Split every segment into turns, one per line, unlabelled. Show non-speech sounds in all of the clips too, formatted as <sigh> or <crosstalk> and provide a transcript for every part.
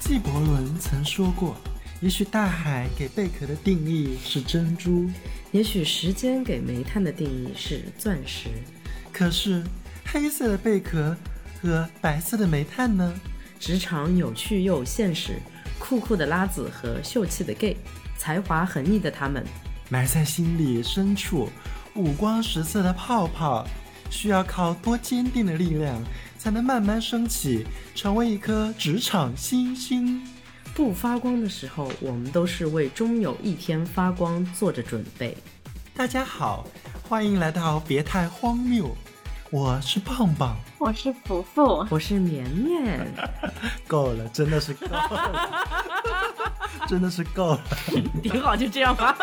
纪伯伦曾说过：“也许大海给贝壳的定义是珍珠，
也许时间给煤炭的定义是钻石，
可是黑色的贝壳和白色的煤炭呢？
职场有趣又现实，酷酷的拉子和秀气的 gay，才华横溢的他们，
埋在心里深处，五光十色的泡泡，需要靠多坚定的力量才能慢慢升起，成为一颗职场新星。
不发光的时候，我们都是为终有一天发光做着准备。
大家好，欢迎来到别太荒谬，我是棒棒。
我是福福，
我是绵绵，
够了，真的是够了， <laughs> 真的是够了。
顶好就这样吧。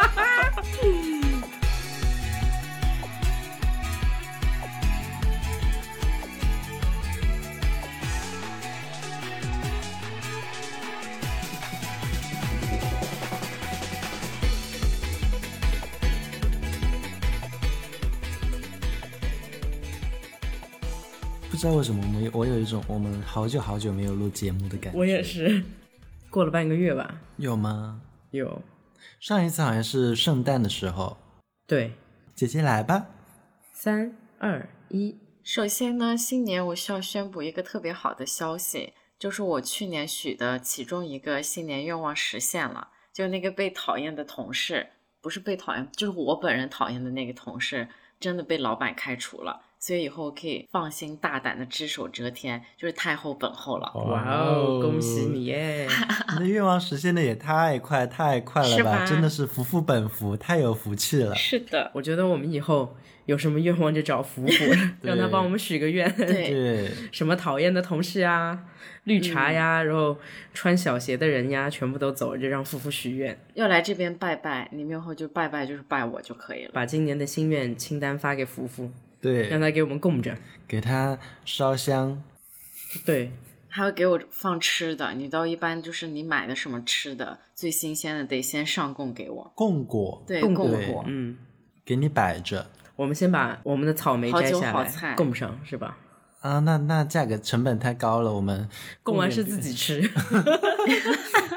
不知道为什么，我们有我有一种我们好久好久没有录节目的感觉。
我也是，过了半个月吧，
有吗？
有，
上一次好像是圣诞的时候。
对，
姐姐来吧，
三二一，
首先呢，新年我需要宣布一个特别好的消息，就是我去年许的其中一个新年愿望实现了，就是那个被讨厌的同事，不是被讨厌，就是我本人讨厌的那个同事，真的被老板开除了，所以以后可以放心大胆的只手遮天，就是太后本后了。
哇哦，恭喜
<laughs>
你 <laughs> 耶！
你的愿望实现的也太快太快了
是
吧？
吧
真的是福福本福，太有福气了。
是的，
我觉得我们以后有什么愿望就找福 <laughs> 福，让他帮我们许个愿。
对，
对，
什么讨厌的同事啊，绿茶呀，然后穿小鞋的人呀，全部都走，就让夫妇许愿，
要来这边拜拜，你们以后就拜拜，就是拜我就可以了。
把今年的心愿清单发给夫妇，让
对，
他给我们供着。
给他烧香。
对，
还要给我放吃的，你到一般就是你买的什么吃的最新鲜的，得先上供给我。
供果，
对，
供
供
果
果，
嗯，
给你摆着
我们先把我们的草莓
好
摘
酒
下
好菜
来，供上是吧？
啊，那那价格成本太高了，我们
供完是
点
自己吃， <laughs>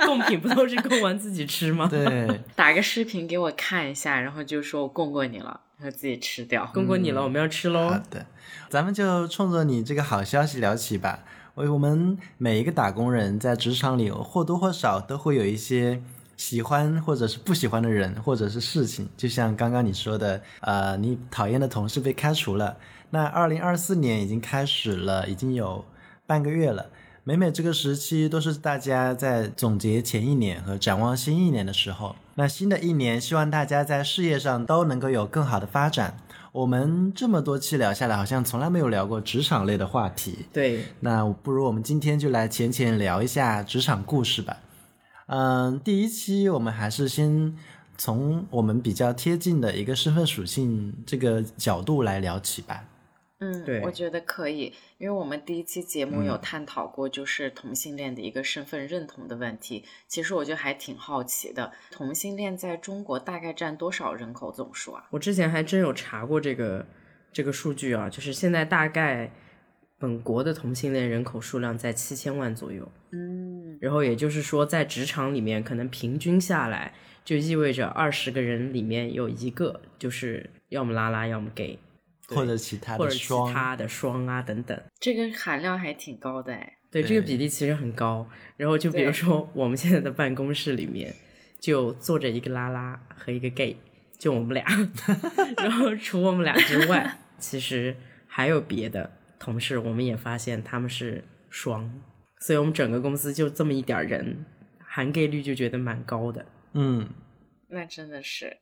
贡品不都是供完自己吃吗？
对
打个视频给我看一下，然后就说我供过你了，然后自己吃掉。
供过你了，我们要吃
好
喽。
的，咱们就冲着你这个好消息聊起吧。我我们每一个打工人在职场里或多或少都会有一些喜欢或者是不喜欢的人或者是事情，就像刚刚你说的，呃，你讨厌的同事被开除了。那二零二四年已经开始了，已经有半个月了。每每这个时期都是大家在总结前一年和展望新一年的时候。那新的一年，希望大家在事业上都能够有更好的发展。我们这么多期聊下来，好像从来没有聊过职场类的话题。
对，
那不如我们今天就来浅浅聊一下职场故事吧。嗯，第一期我们还是先从我们比较贴近的一个身份属性这个角度来聊起吧。
嗯，
对
我觉得可以，因为我们第一期节目有探讨过，就是同性恋的一个身份认同的问题。其实我就还挺好奇的，同性恋在中国大概占多少人口总数啊？
我之前还真有查过这个这个数据啊，就是现在大概本国的同性恋人口数量在七千万左右，
嗯，
然后也就是说，在职场里面，可能平均下来就意味着二十个人里面有一个就是要么拉拉，要么 gay，对
或者其他
或
的
者其
双，
他的双啊等等。
这个含量还挺高的哎。
对，这个
对
比例其实很高。然后就比如
对
说我们现在的办公室里面，就坐着一个拉拉和一个 gay，就我们
<laughs>
俩。然后除我们俩之外，其实还有别的同事，我们也发现他们是双，所以我们整个公司就这么一点儿人，含 gay 率就觉得蛮高的。
嗯，
那真的是，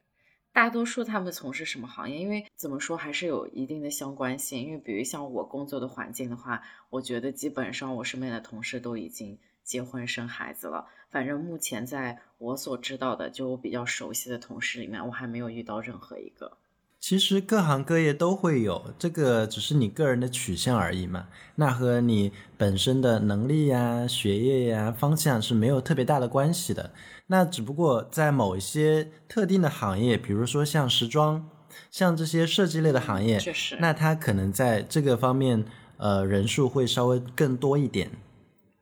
大多数他们从事什么行业？因为怎么说还是有一定的相关性。因为比如像我工作的环境的话，我觉得基本上我身边的同事都已经结婚生孩子了。反正目前在我所知道的，就我比较熟悉的同事里面，我还没有遇到任何一个。
其实各行各业都会有，这个只是你个人的取向而已嘛。那和你本身的能力呀、学业呀、方向是没有特别大的关系的。那只不过在某一些特定的行业，比如说像时装，像这些设计类的行业，
确实，
那它可能在这个方面，呃，人数会稍微更多一点。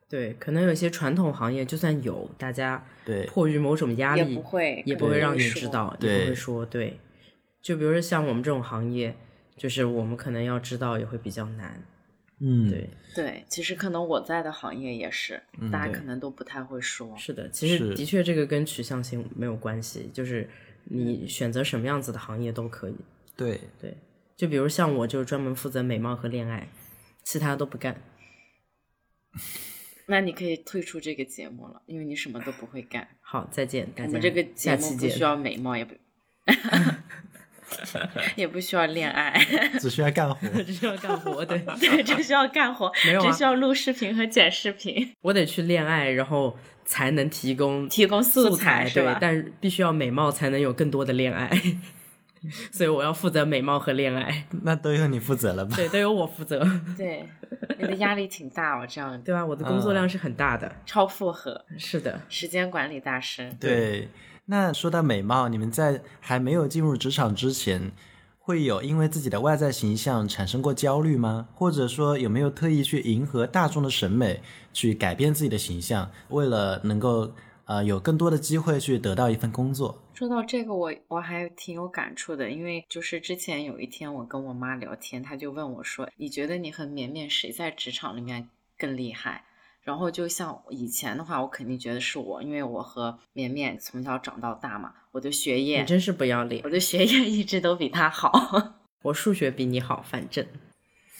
对，可能有些传统行业就算有，大家
对
迫于某种压
也
力，
不会
也
可
不
能
会让你
说
知道，
对
也不会说对。就比如说像我们这种行业，就是我们可能要知道也会比较难，
嗯，
对，
对，其实可能我在的行业也是，大家
嗯对
可能都不太会说。
是的，其实
是
的确这个跟取向性没有关系，就是你选择什么样子的行业都可以。
对，
对，就比如像我就专门负责美貌和恋爱，其他都不干。
那你可以退出这个节目了，因为你什么都不会干。
好，再见，大
我
家。
们这个
下
节目
期
不
见。 <laughs>
需要美貌，也不 <laughs> 也不需要恋爱，
只需要干活。
只需要干活，
<laughs>
对，
对，只需要干活，
没有啊
只需要录视频和剪视频，
我得去恋爱，然后才能提供
提供
素
材是
对
吧？
但是必须要美貌才能有更多的恋爱， <laughs> 所以我要负责美貌和恋爱，
那都由你负责了吧？
对，都由我负责，
对，你的压力挺大哦，这
<laughs>
样
对吧？啊我的工作量是很大的，
超负荷，
是的，
时间管理大师。
对。那说到美貌，你们在还没有进入职场之前，会有因为自己的外在形象产生过焦虑吗？或者说有没有特意去迎合大众的审美，去改变自己的形象，为了能够呃有更多的机会去得到一份工作？
说到这个我，我还挺有感触的，因为就是之前有一天我跟我妈聊天，她就问我说：“你觉得你和绵绵谁在职场里面更厉害？”然后就像以前的话，我肯定觉得是我，因为我和绵绵从小长到大嘛，我的学
你
业，
真是不要脸
我，的学业一直都比她好。 <laughs>
我数学比你好，反正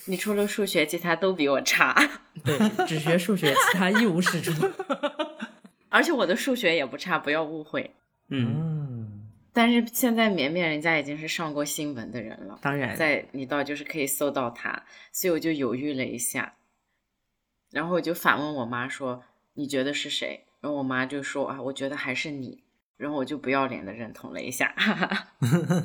你除了数学，其他都比我差，
对，只学数学，其他一无是处，嗯
而且我的数学也不差，不要误会。
嗯，
嗯，
但是现在绵绵人家已经是上过新闻的人了。
当然，
在你到就是可以搜到它，所以我就犹豫了一下，然后我就反问我妈说：“你觉得是谁？”然后我妈就说：“啊，我觉得还是你。”然后我就不要脸的认同了一下，哈哈哈。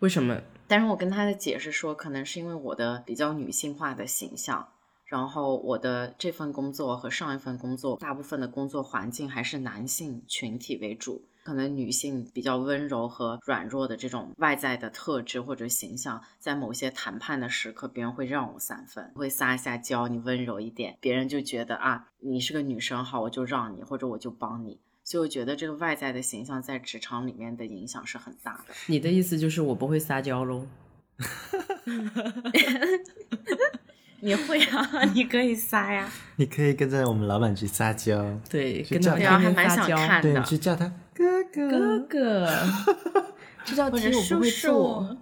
为什么？
但是我跟她的解释说，可能是因为我的比较女性化的形象，然后我的这份工作和上一份工作，大部分的工作环境还是男性群体为主，可能女性比较温柔和软弱的这种外在的特质或者形象，在某些谈判的时刻，别人会让我三分，会撒一下娇，你温柔一点，别人就觉得啊，你是个女生，好，我就让你，或者我就帮你。所以我觉得这个外在的形象在职场里面的影响是很大的。
你的意思就是我不会撒娇喽？
你会啊，你可以撒呀。
你可以跟着我们老板去撒娇，
对，
是
跟
这
他
样
们
对
天天
啊，还蛮
撒
想
娇，
看
对，
的
你。去叫他哥哥。
哥哥，这道
或
题
者
我不
叔
会
叔
做，，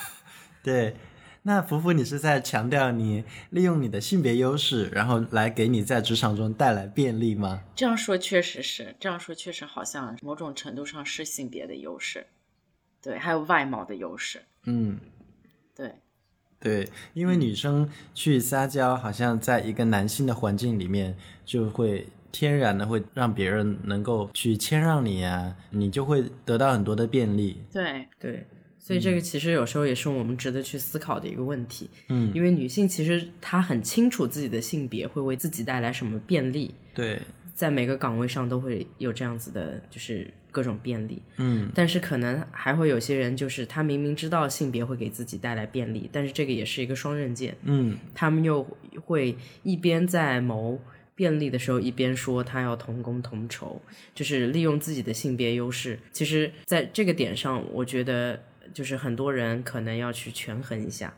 <laughs> 对，那福福，你是在强调你利用你的性别优势，然后来给你在职场中带来便利吗？
这样说确实是，这样说确实好像某种程度上是性别的优势，对，还有外貌的优势，
嗯，
对，
对，因为女
嗯
生去撒娇，好像在一个男性的环境里面，就会天然的会让别人能够去谦让你啊，你就会得到很多的便利。
对，
对，嗯所以这个其实有时候也是我们值得去思考的一个问题，
嗯，
因为女性其实她很清楚自己的性别会为自己带来什么便利，
对，
在每个岗位上都会有这样子的，就是各种便利，
嗯，
但是可能还会有些人，就是他明明知道性别会给自己带来便利，但是这个也是一个双刃剑，
嗯，
他们又会一边在谋便利的时候，一边说他要同工同酬，就是利用自己的性别优势。其实，在这个点上，我觉得就是很多人可能要去权衡一下。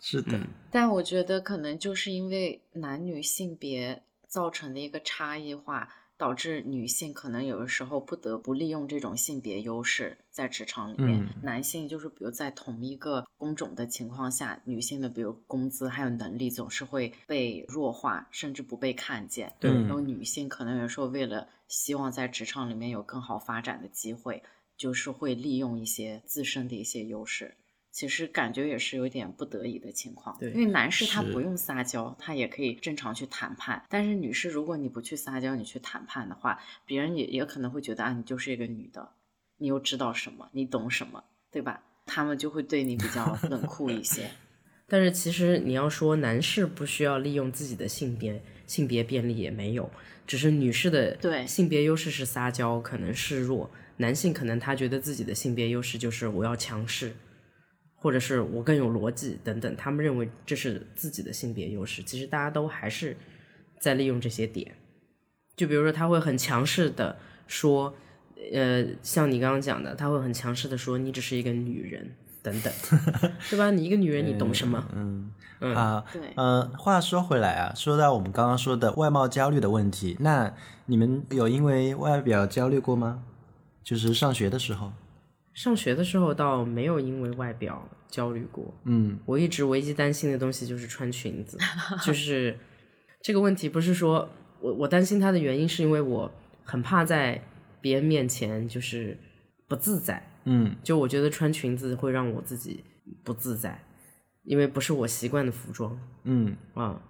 是的，
但我觉得可能就是因为男女性别造成的一个差异化，导致女性可能有的时候不得不利用这种性别优势在职场里面，
嗯
男性就是比如在同一个工种的情况下，女性的比如工资还有能力总是会被弱化，甚至不被看见。
对
然后
嗯，
女性可能有时候为了希望在职场里面有更好发展的机会，就是会利用一些自身的一些优势。其实感觉也是有点不得已的情况，
对
因为男士他
是
不用撒娇，他也可以正常去谈判。但是女士，如果你不去撒娇，你去谈判的话，别人也也可能会觉得啊，你就是一个女的，你又知道什么，你懂什么，对吧？他们就会对你比较冷酷
<laughs>
一些。
但是其实你要说男士不需要利用自己的性别性别便利也没有，只是女士的
对
性别优势是撒娇，可能示弱；男性可能他觉得自己的性别优势就是我要强势，或者是我更有逻辑等等，他们认为这是自己的性别优势。其实大家都还是再利用这些点。就比如说，他会很强势的说，呃，像你刚刚讲的，他会很强势的说，你只是一个女人，等等，对吧？你一个女人，你懂什么？
嗯
嗯
啊，
对，
呃，话说回来啊，说到我们刚刚说的外貌焦虑的问题，那你们有因为外表焦虑过吗？就是上学的时候，
上学的时候倒没有因为外表焦虑过，
嗯，
我一直唯一担心的东西就是穿裙子，就是这个问题不是说我我担心它的原因是因为我很怕在别人面前就是不自在，
嗯
就我觉得穿裙子会让我自己不自在，因为不是我习惯的服装
嗯
啊、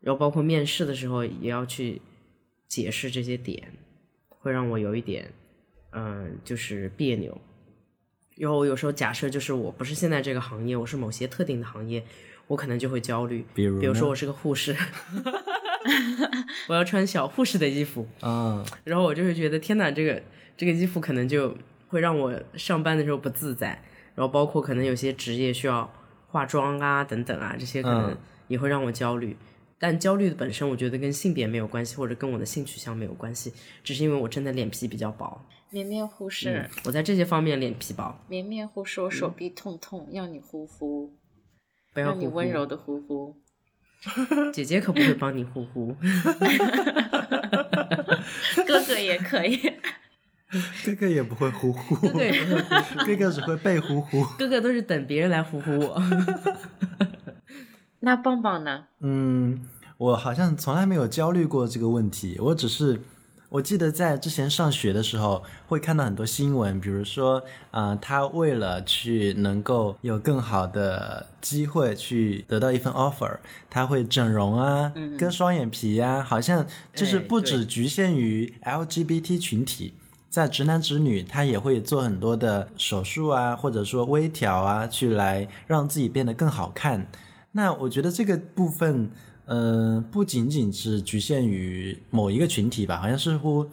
然后包括面试的时候也要去解释这些点，会让我有一点嗯、呃就是别扭。然后我有时候假设就是我不是现在这个行业，我是某些特定的行业，我可能就会焦虑。
比如呢
比如说我是个护士， <laughs> 我要穿小护士的衣服，
<laughs> 啊，
然后我就会觉得天哪，这个这个衣服可能就会让我上班的时候不自在，然后包括可能有些职业需要化妆啊等等啊，这些可能
嗯
也会让我焦虑。但焦虑的本身，我觉得跟性别没有关系，或者跟我的性取向没有关系，只是因为我真的脸皮比较薄，嗯
绵绵护士，
我在这些方面脸皮薄，
绵绵护士，我手臂痛痛，要你呼呼，
不嗯要
让你
呼呼
温柔的
<laughs>
呼呼。
姐姐可不会帮你呼
<laughs>
呼，
哥哥也可
<laughs>
以， <laughs>
哥哥也不会呼呼，<laughs>
哥哥也不会呼呼，
哥哥只会被呼呼。
哥哥都是等别人来呼呼我。 <laughs>
那棒棒呢？
嗯，我好像从来没有焦虑过这个问题，我只是。我记得在之前上学的时候，会看到很多新闻，比如说，呃，他为了去能够有更好的机会去得到一份 offer，他会整容啊，割双眼皮啊，好像就是
嗯哎
不只
对
局限于 LGBT 群体，在直男直女，他也会做很多的手术啊，或者说微调啊，去来让自己变得更好看。那我觉得这个部分，呃，不仅仅是局限于某一个群体吧，好像似乎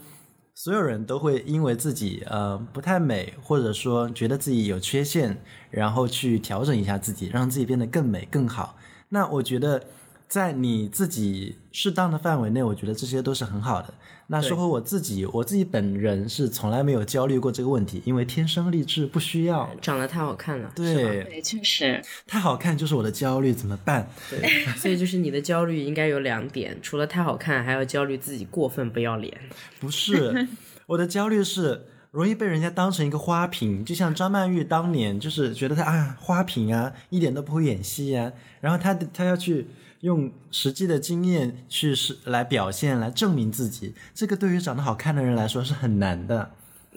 所有人都会因为自己呃不太美，或者说觉得自己有缺陷，然后去调整一下自己，让自己变得更美更好。那我觉得。在你自己适当的范围内，我觉得这些都是很好的。那
对
说回我自己，我自己本人是从来没有焦虑过这个问题，因为天生丽质不需要。
长得太好看了，是吧，
对，
对，确实，
太好看就是我的焦虑，怎么办？
对，所以就是你的焦虑应该有两点，除了太好看，还要焦虑自己过分不要脸。
不是，我的焦虑是容易被人家当成一个花瓶，就像张曼玉当年就是觉得她啊花瓶啊，一点都不会演戏啊，然后她她要去用实际的经验去是来表现来证明自己，这个对于长得好看的人来说是很难的。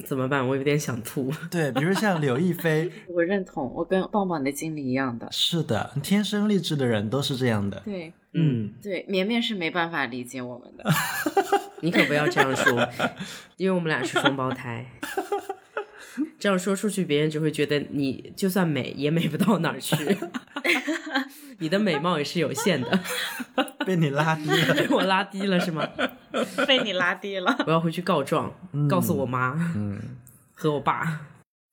怎么办？我有点想吐。
对，比如像柳亦菲，
我认同，我跟棒棒的经历一样的。
是的，天生丽质的人都是这样的。
对
嗯，
对，绵绵是没办法理解我们的。
你可不要这样说，因为我们俩是双胞胎。这样说出去，别人只会觉得你就算美也美不到哪儿去，你的美貌也是有限的。
嗯被你拉低了。 <laughs>
被我拉低了是吗？
被你拉低 <laughs> 了。
我要回去告状，告诉我妈、
嗯
和我爸。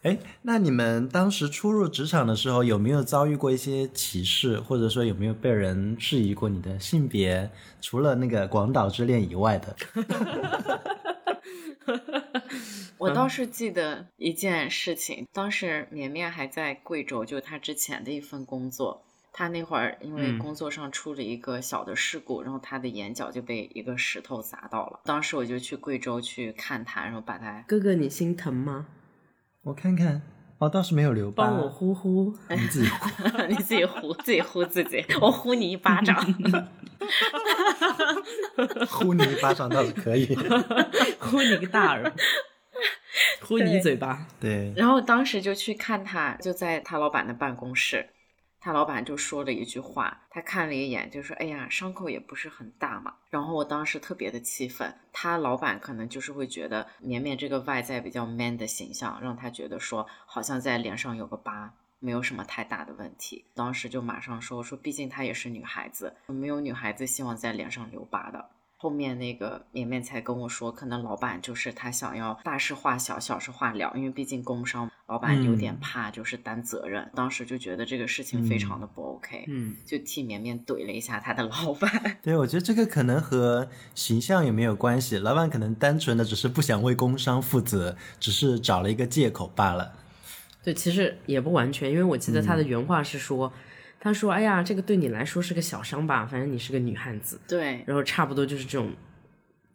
哎，那你们当时初入职场的时候，有没有遭遇过一些歧视，或者说有没有被人质疑过你的性别？除了那个《广岛之恋》以外的，
我倒是记得一件事情，当时绵绵还在贵州，就她之前的一份工作。她那会儿因为
嗯
工作上出了一个小的事故，然后她的眼角就被一个石头砸到了。当时我就去贵州去看她，然后把她 <laughs>
哥哥，你心疼吗？
我看看，哦，倒是没有留疤，
帮我呼呼。
你自
<laughs>
己呼
你自己呼自己呼自己，我呼你一巴掌。
呼你一巴掌倒是可
<laughs>
以。
呼你个大耳，呼你
对
嘴巴。
对，
然后当时就去看他，就在他老板的办公室，他老板就说了一句话，他看了一眼，就说：“哎呀，伤口也不是很大嘛。”然后我当时特别的气愤，他老板可能就是会觉得绵绵这个外在比较 man 的形象，让他觉得说好像在脸上有个疤。没有什么太大的问题，当时就马上说说，毕竟她也是女孩子，没有女孩子希望在脸上留疤的。后面那个绵绵才跟我说，可能老板就是他想要大事化小，小事化了，因为毕竟工伤，老板有
嗯
点怕就是担责任。当时就觉得这个事情非常的不 OK，、
嗯，
就替绵绵怼了一下他的老板。 <laughs>
对，我觉得这个可能和形象也没有关系，老板可能单纯的只是不想为工伤负责，只是找了一个借口罢了。
对，其实也不完全，因为我记得他的原话是说，他说：“哎呀，这个对你来说是个小伤吧，反正你是个女汉子。”
对，
然后差不多就是这种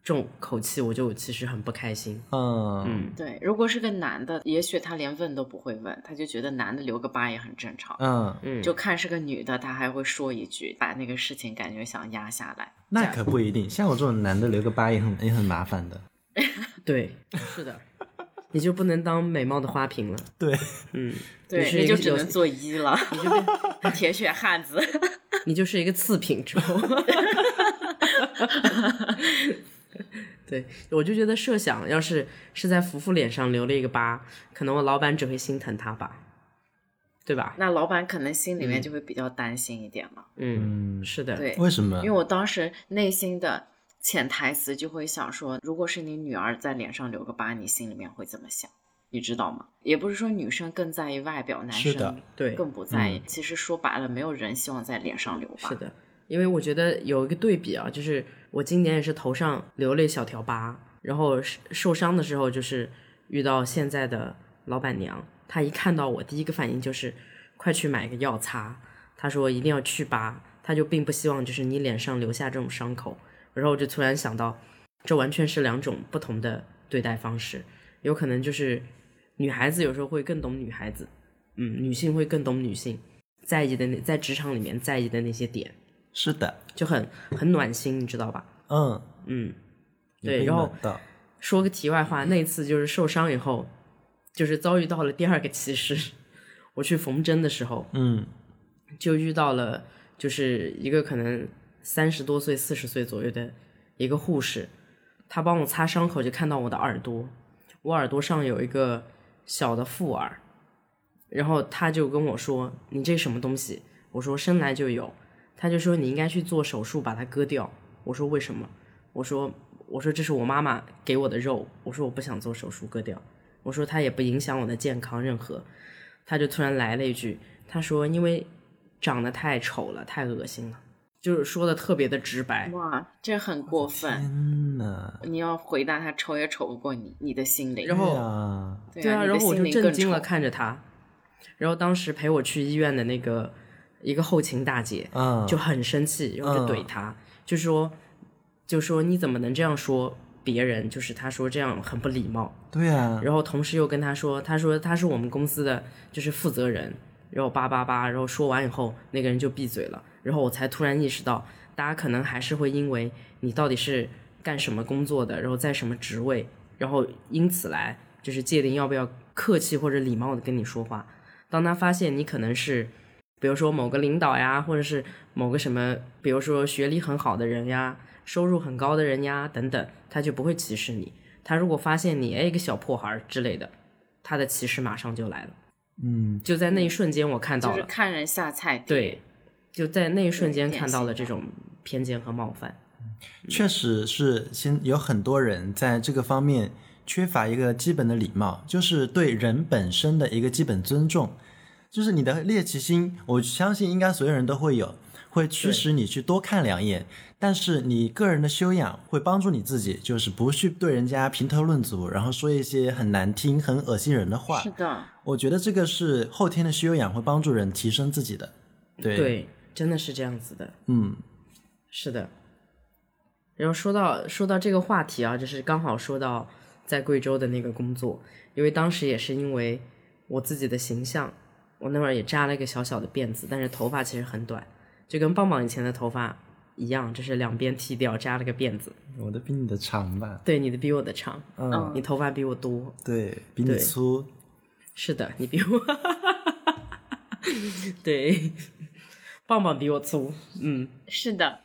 这种口气，我就其实很不开心。
嗯，
嗯，
对，如果是个男的，也许他连问都不会问，他就觉得男的留个疤也很正常。
嗯，
就看是个女的，她还会说一句，把那个事情感觉想压下来。
那可不一定，像我这种男的留个疤也很也很麻烦的。
对，
<laughs>
是的，你就不能当美貌的花瓶了。
对，
嗯，
对，
是
你
一
就
个
只
有
能做一了，你就铁血汉子。
你就是一个次品种。 <laughs> 对，我就觉得设想，要是是在福福脸上留了一个疤，可能我老板只会心疼他吧，对吧？
<laughs> 那老板可能心里面就会比较担心一点嘛。
嗯，是的，
对，
为什么
嗯
因为？我当时内心的潜台词就会想说，如果是你女儿在脸上留个疤，你心里面会怎么想？你知道吗？也不是说女生更在意外表，男
是的
生
对嗯
更不在意。其实说白了，没有人希望在脸上留疤。
是的，因为我觉得有一个对比啊，就是我今年也是头上留了一小条疤，然后是受伤的时候就是遇到现在的老板娘，她一看到我，第一个反应就是快去买个药擦，她说一定要去疤，她就并不希望就是你脸上留下这种伤口，然后我就突然想到，这完全是两种不同的对待方式，有可能就是女孩子有时候会更懂女孩子，嗯，女性会更懂女性。在意的那在职场里面在意的那些点，
是的，
就很很暖心，你知道吧？
嗯，
嗯，
也
对
被
然后
暖到
说个题外话，那次就是受伤以后，就是遭遇到了第二个歧视。 <laughs> 我去缝针的时候，
嗯
就遇到了就是一个可能三十多岁、四十岁左右的一个护士，她帮我擦伤口，就看到我的耳朵，我耳朵上有一个小的副耳，然后她就跟我说：“你这什么东西？”我说：“生来就有。”她就说：“你应该去做手术把它割掉。”我说：“为什么？”我说：“我说这是我妈妈给我的肉。”我说：“我不想做手术割掉。”我说：“它也不影响我的健康任何。”她就突然来了一句：“她说因为长得太丑了，太恶心了。”就是说的特别的直白，
哇，这很过分！
天哪，
你要回答他，瞅也瞅不过你，你的心灵。
然后
对啊，
对
对
啊，
啊，
你的
然后我
心
就
灵
震
更
惊了
丑
看着他，然后当时陪我去医院的那个一个后勤大姐
嗯，
就很生气，然后就怼他，就说就说你怎么能这样说别人？就是他说这样很不礼貌，
对啊，
然后同时又跟他说，他说他是我们公司的就是负责人，然后叭叭叭，然后说完以后，那个人就闭嘴了，然后我才突然意识到，大家可能还是会因为你到底是干什么工作的，然后在什么职位，然后因此来就是界定要不要客气或者礼貌的跟你说话。当他发现你可能是，比如说某个领导呀，或者是某个什么，比如说学历很好的人呀，收入很高的人呀等等，他就不会歧视你。他如果发现你哎一个小破孩儿之类的，他的歧视马上就来了。
嗯，
就在那一瞬间，我看到
就
了，
是看人下菜碟。
对，就在那一瞬间
典
看到
型
了
的
这种偏见和冒犯。
确实是，现有很多人在这个方面缺乏一个基本的礼貌，就是对人本身的一个基本尊重。就是你的猎奇心，我相信应该所有人都会有，会驱使你去多看两眼。但是你个人的修养会帮助你自己，就是不去对人家评头论足，然后说一些很难听、很恶心人的话
是。的，
我觉得这个是后天的修养会帮助人提升自己的。对，
对，真的是这样子的。
嗯，
是的。然后说到说到这个话题啊，就是刚好说到在贵州的那个工作，因为当时也是因为我自己的形象，我那会儿也扎了一个小小的辫子，但是头发其实很短，就跟棒棒以前的头发一样，就是两边剃掉，扎了个辫子。
我的比你的长吧，
对，你的比我的长，
嗯，
你头发比我多，
对比你
对
粗，
是的，你比我， <laughs> 对，棒棒比我粗，嗯，
是的，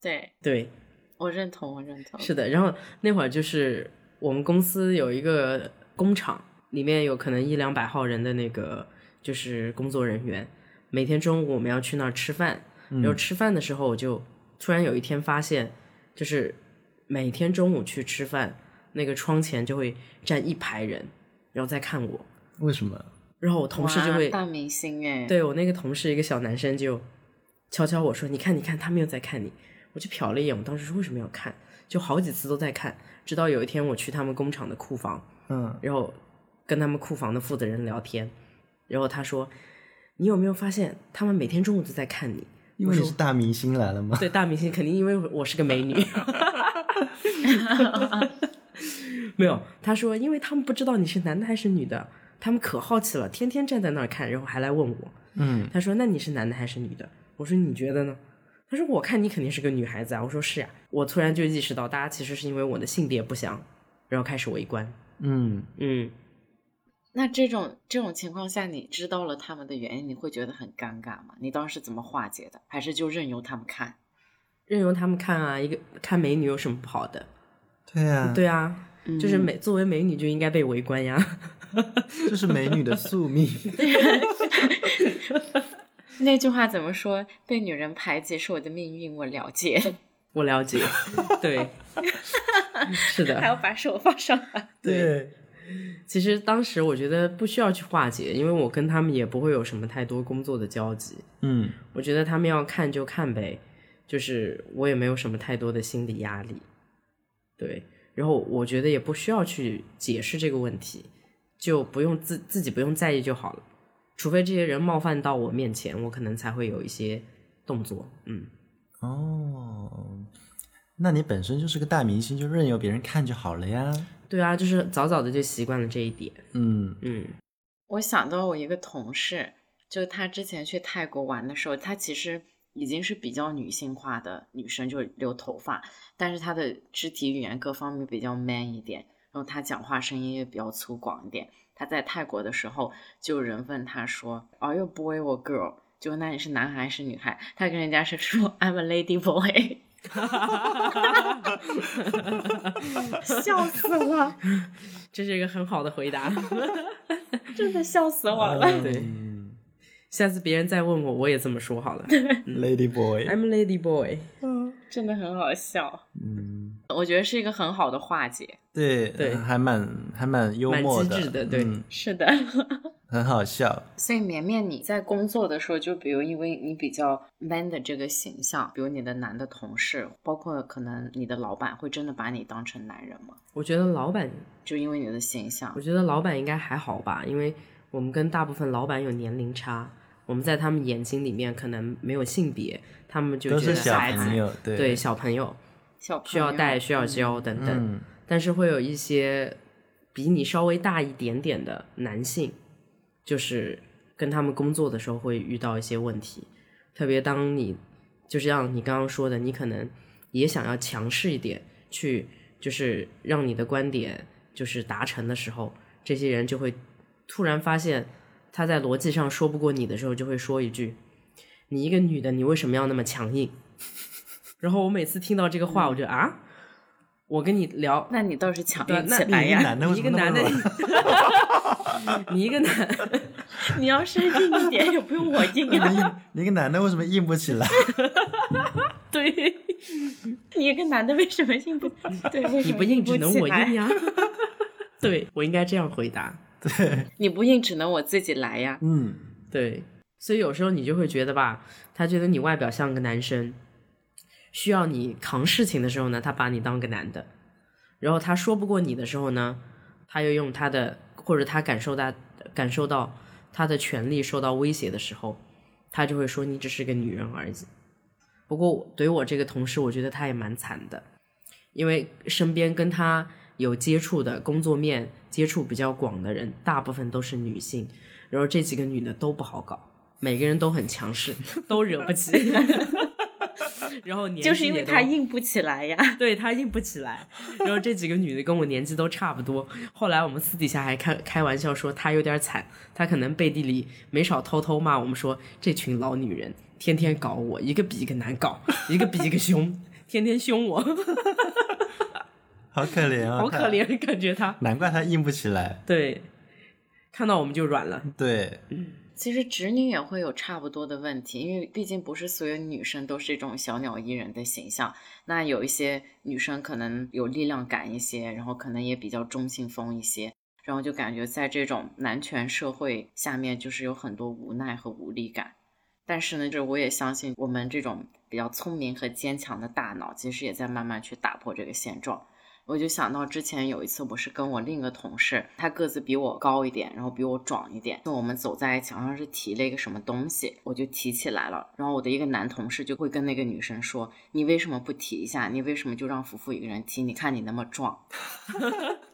对
对，
我认同，我认同。
是的，然后那会儿就是我们公司有一个工厂，里面有可能一两百号人的那个就是工作人员，每天中午我
嗯
们要去那儿吃饭，然后吃饭的时候我就突然有一天发现，就是每天中午去吃饭，那个窗前就会站一排人，然后再看我，
为什么？
然后我同事就
哇
会
大明星哎，
对我那个同事一个小男生就悄悄我说：“你看，你看，他们又在看你。”我就瞟了一眼，我当时说为什么要看？就好几次都在看，直到有一天我去他们工厂的库房，
嗯，
然后跟他们库房的负责人聊天，然后他说：“你有没有发现他们每天中午都在看你
因为你是大明星来了？”嘛。
对，大明星肯定因为我是个美女。 <laughs> 没有，他说因为他们不知道你是男的还是女的，他们可好奇了，天天站在那儿看，然后还来问我。
嗯，
他说：“那你是男的还是女的？”我说：“你觉得呢？”他说：“我看你肯定是个女孩子啊。”我说：“是呀、我突然就意识到，大家其实是因为我的性别不详，然后开始围观。
嗯，
嗯，
那这种这种情况下，你知道了他们的原因，你会觉得很尴尬吗？你当时怎么化解的？还是就任由他们看？ <laughs>
任由他们看啊，一个看美女有什么不好的？
对啊，
对啊，就是美作为美女就应该被围观呀。
这是美女的宿
<laughs>
命。
那句话怎么说？被女人排挤是我的命运，我了解。 <laughs>
<laughs> 我了解，对，是的，
还要把手放上来。
对，
其实当时我觉得不需要去化解，因为我跟他们也不会有什么太多工作的交集。
嗯，
我觉得他们要看就看呗，就是我也没有什么太多的心理压力。对，然后我觉得也不需要去解释这个问题，就不用自自己不用在意就好了。除非这些人冒犯到我面前，我可能才会有一些动作。嗯，
哦，那你本身就是个大明星，就任由别人看就好了呀。
对啊，就是早早的就习惯了这一点。
嗯，
嗯
我想到我一个同事，就她之前去泰国玩的时候，她其实已经是比较女性化的女生，就是留头发，但是她的肢体语言各方面比较 man 一点，然后她讲话声音也比较粗犷一点。她在泰国的时候，就有人问她说：“Are you boy or girl？” 就问她你是男孩还是女孩，她跟人家是说 <laughs> “I'm a lady boy”，笑死了，
这是一个很好的回答。
真的笑死我了。
对 <laughs> 下次别人再问我，我也这么说好了。
，Lady Boy，
<laughs> I'm a lady boy。
真的很好笑，
嗯，
我觉得是一个很好的化解。
对
对
还蛮还蛮幽默的，
蛮机智的 <laughs> 对
嗯
是的，
很好笑。
所以绵绵你在工作的时候，就比如因为你比较 man 的这个形象，比如你的男的同事，包括可能你的老板，会真的把你当成男人吗？
我觉得老板，
就因为你的形象
我，觉得老板应该还好吧，因为我们跟大部分老板有年龄差，我们在他们眼睛里面可能没有性别，他们就
都
觉得
是小
孩
朋
子，
友，对
对小朋友
小朋
需要
友
带、需要教等等，
嗯，
但是会有一些比你稍微大一点点的男性，就是跟他们工作的时候会遇到一些问题，特别当你就像你刚刚说的，你可能也想要强势一点，去就是让你的观点就是达成的时候，这些人就会突然发现他在逻辑上说不过你的时候，就会说一句：“你一个女的，你为什么要那么强硬？” <laughs> 然后我每次听到这个话，我就啊，我跟你聊
那你倒是强
对
硬
那
起来
你一个
呀！
男的为
你一
什
个
么那
男的
么，
<laughs> 你一个男，
<laughs> 你要是硬一点，也不用我硬啊。
<laughs>
硬你一个男的为什么硬不起来？
对，
<laughs> 你一个男的为什么
<laughs>
硬不？对，为什
你
么
不硬只能我
不起来
硬 <laughs> 呀。对我应该这样回答。
你不硬只能我自己来呀。
嗯，
对，所以有时候你就会觉得吧，他觉得你外表像个男生，需要你扛事情的时候呢，他把你当个男的；然后他说不过你的时候呢，他又用他的或者他感受到感受到他的权利受到威胁的时候，他就会说你只是个女人而已。不过我对于我这个同事，我觉得他也蛮惨的，因为身边跟他有接触的工作面接触比较广的人，大部分都是女性，然后这几个女的都不好搞，每个人都很强势，都惹不起。 <laughs> 然后年纪
就是因
也
为
都
他硬不起来呀，
对她硬不起来。然后这几个女的跟我年纪都差不多，后来我们私底下还开开玩笑说她有点惨，她可能背地里没少偷偷骂我们说这群老女人天天搞我，一个比一个难搞，一个比一个凶， <laughs> 天天凶我，啊
好可怜啊，
<laughs> 好可，怜，感觉她
难怪他硬不起来。
对。看到我们就软了，
对，
其实直女也会有差不多的问题，因为毕竟不是所有女生都是这种小鸟依人的形象。那有一些女生可能有力量感一些，然后可能也比较中性风一些，然后就感觉在这种男权社会下面，就是有很多无奈和无力感。但是呢，就是我也相信我们这种比较聪明和坚强的大脑，其实也在慢慢去打破这个现状。我就想到之前有一次，我是跟我另一个同事，他个子比我高一点，然后比我壮一点。那我们走在一起，好像是提了一个什么东西，我就提起来了。然后我的一个男同事就会跟那个女生说：“你为什么不提一下？你为什么就让福福一个人提？你看你那么壮。”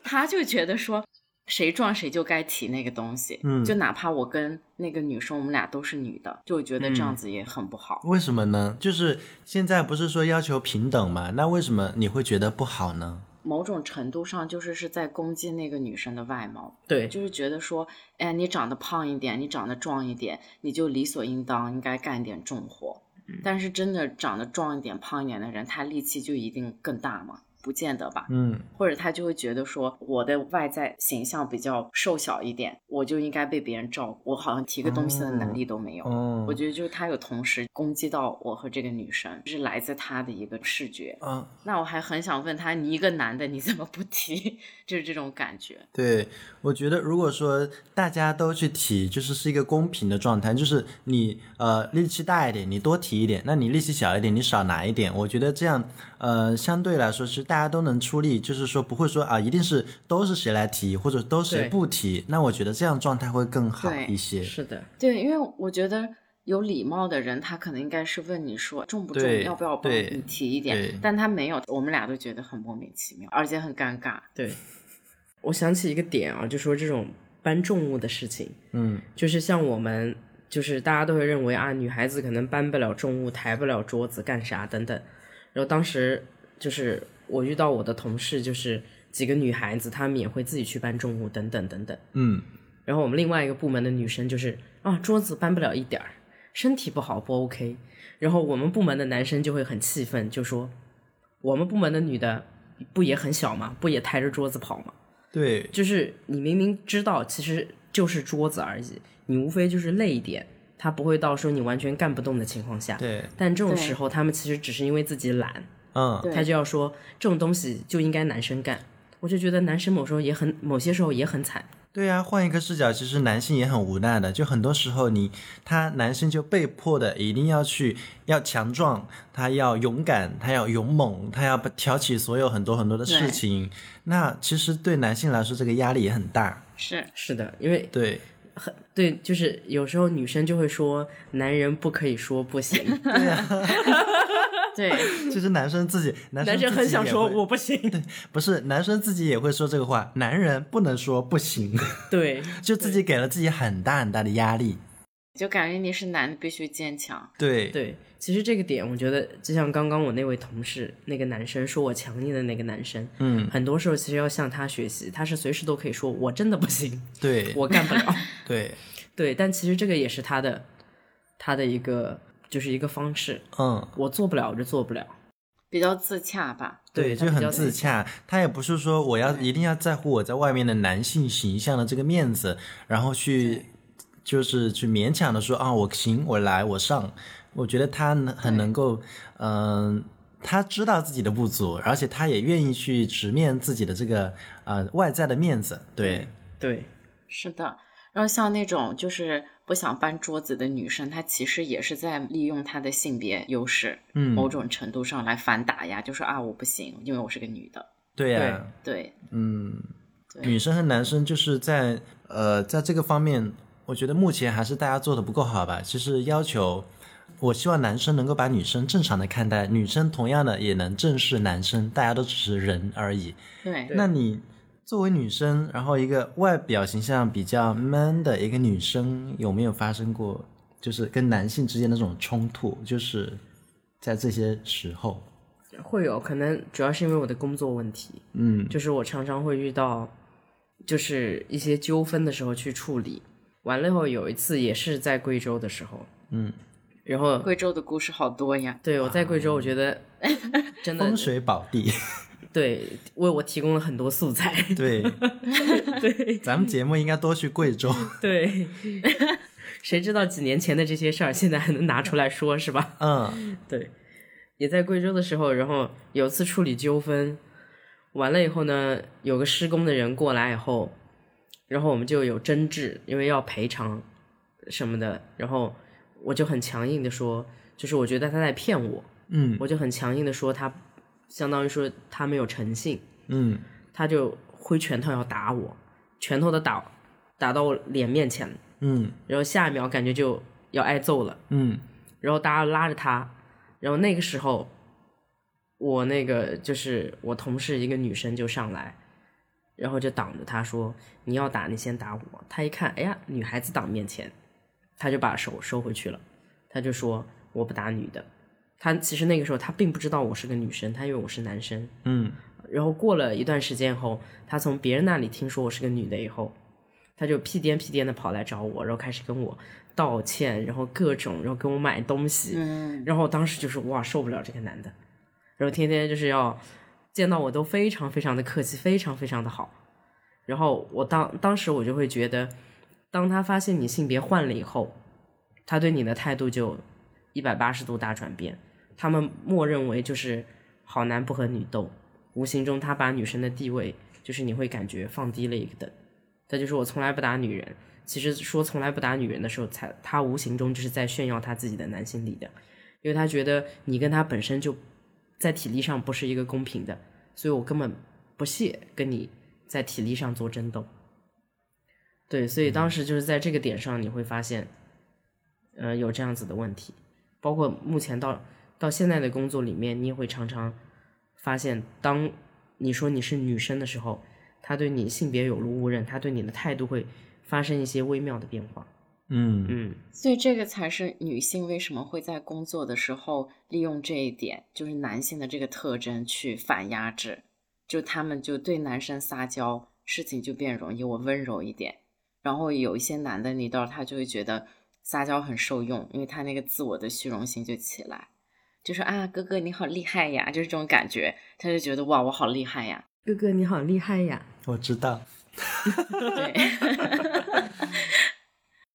他就觉得说，谁壮谁就该提那个东西。
嗯
就哪怕我跟那个女生，我们俩都是女的，就我觉得这样子也很不好。
为什么呢？就是现在不是说要求平等嘛？那为什么你会觉得不好呢？
某种程度上，就是是在攻击那个女生的外貌。
对，
就是觉得说，哎，你长得胖一点，你长得壮一点，你就理所应当应该干点重活。但是真的长得壮一点、胖一点的人，他力气就一定更大吗？不见得吧。
嗯，
或者他就会觉得说，我的外在形象比较瘦小一点，我就应该被别人照顾，我好像提个东西的能力都没有。
哦，
我觉得就是他有同时攻击到我和这个女生，就是来自他的一个视觉。
嗯，
那我还很想问他，你一个男的你怎么不提？ <laughs> 就是这种感觉。
对，我觉得如果说大家都去提，就是是一个公平的状态，就是你呃力气大一点，你多提一点；那你力气小一点，你少拿一点。我觉得这样呃相对来说是大家都能出力，就是说不会说啊一定是都是谁来提，或者都谁
对
不提。那我觉得这样状态会更好
对
一些。
是的，
对，因为我觉得有礼貌的人，他可能应该是问你说重不重，
对
要不要帮
对
你提一
对
点，但他没有，我们俩都觉得很莫名其妙，而且很尴尬。
哦
对。 <laughs> 我想起一个点啊，就说这种搬重物的事情，
嗯，
就是像我们，就是大家都会认为啊，女孩子可能搬不了重物，抬不了桌子，干啥等等。然后当时就是我遇到我的同事，就是几个女孩子，她们也会自己去搬重物，等等等等。
嗯，
然后我们另外一个部门的女生就是啊，桌子搬不了一点儿，身体不好不 OK。然后我们部门的男生就会很气愤，就说我们部门的女的不也很小吗？不也抬着桌子跑吗？
对，
就是你明明知道其实就是桌子而已，你无非就是累一点，他不会到说你完全干不动的情况下。
对，
但这种
对
时候，他们其实只是因为自己懒，
嗯，
对
他就要说这种东西就应该男生干。我就觉得男生某时候也很，某些时候也很惨。
对啊，换一个视角，其实男性也很无奈的。就很多时候你，他男性就被迫的一定要去要强壮，他要勇敢，他要勇猛，他要挑起所有很多很多的事情。那其实对男性来说，这个压力也很大。
是
是的，因为
对，
对，就是有时候女生就会说，男人不可以说不 <laughs> 行，
对，
其实男生自己，男
男
生
生
自己
很想
也
说
会
我不行， <laughs>
不是男生自己也会说这个话，男人不能说不行， <laughs>
对，
就自己给了自己很大很大的压力。
就感觉你是男的必须坚强。
对，
对，其实这个点，我觉得就像刚刚我那位同事，那个男生说我强硬的那个男生，
嗯，
很多时候其实要向他学习，他是随时都可以说我真的不行，
对，
我干不了。 <laughs>
对，
对，但其实这个也是他的他的一个就是一个方式，
嗯。
我做不了我就做不了。
比较自洽吧，
对，
他
就
比较
很自
内向
洽。他也不是说我要一定要在乎我在外面的男性形象的这个面子，然后去就是去勉强的说啊，我行，我来，我上。我觉得他能很
对
能够，嗯、他知道自己的不足，而且他也愿意去直面自己的这个呃外在的面子。对，
对，
是的。然后像那种就是不想搬桌子的女生，她其实也是在利用她的性别优势，
嗯，
某种程度上来反打压，就说啊我不行，因为我是个女的。
对呀、
对
对，
嗯，
对
女生和男生就是在呃，在这个方面，我觉得目前还是大家做的不够好吧。其实要求，我希望男生能够把女生正常的看待，女生同样的也能正视男生，大家都只是人而已。
对，
那你作为女生，然后一个外表形象比较 man 的一个女生，有没有发生过就是跟男性之间的这种冲突？就是在这些时候，
会有可能主要是因为我的工作问题，
嗯，
就是我常常会遇到，就是一些纠纷的时候去处理。完了以后，有一次也是在贵州的时候，
嗯，
然后
贵州的啊故事好多呀。
对我在贵州，我觉得真的
风水宝地，
对为我提供了很多素材。
对。
<laughs> 对
咱们节目应该多去贵州。
对， <laughs> 谁知道几年前的这些事儿，现在还能拿出来说，是吧？
嗯，
对，也在贵州的时候，然后有一次处理纠纷，完了以后呢，有个施工的人过来以后，然后我们就有争执，因为要赔偿什么的，然后我就很强硬的说，就是我觉得他在骗我，
嗯
我就很强硬的说他，相当于说他没有诚信，
嗯
他就挥拳头要打我，拳头的打打到我脸面前，
嗯
然后下一秒感觉就要挨揍了。
嗯
然后大家拉着他，然后那个时候，我那个就是我同事一个女生就上来，然后就挡着他说：“你要打你先打我。”他一看，哎呀，女孩子挡面前，他就把手收回去了，他就说：“我不打女的。”他其实那个时候他并不知道我是个女生，他以为我是男生。
嗯
然后过了一段时间后，他从别人那里听说我是个女的以后，他就屁颠屁颠的跑来找我，然后开始跟我道歉，然后各种，然后给我买东西，
嗯，
然后我当时就是哇受不了这个男的，然后天天就是要见到我都非常非常的客气，非常非常的好。然后我当当时我就会觉得，当他发现你性别换了以后，他对你的态度就一百八十度大转变。他们默认为就是好男不和女斗，无形中他把女生的地位就是你会感觉放低了一个等。他就说我从来不打女人，其实说从来不打女人的时候，才他无形中就是在炫耀他自己的男性力量。因为他觉得你跟他本身就在体力上不是一个公平的，所以我根本不屑跟你在体力上做争斗。对，所以当时就是在这个点上，你会发现，呃，有这样子的问题，包括目前到到现在的工作里面，你也会常常发现，当你说你是女生的时候，他对你性别有如无人，他对你的态度会发生一些微妙的变化。
嗯
嗯，
所以这个才是女性为什么会在工作的时候利用这一点，就是男性的这个特征去反压制，就他们就对男生撒娇，事情就变容易，我温柔一点。然后有一些男的，你到他就会觉得撒娇很受用，因为他那个自我的虚荣心就起来，就说啊哥哥你好厉害呀，就是这种感觉，他就觉得哇我好厉害呀，
哥哥你好厉害呀！
我知道，
对， <laughs>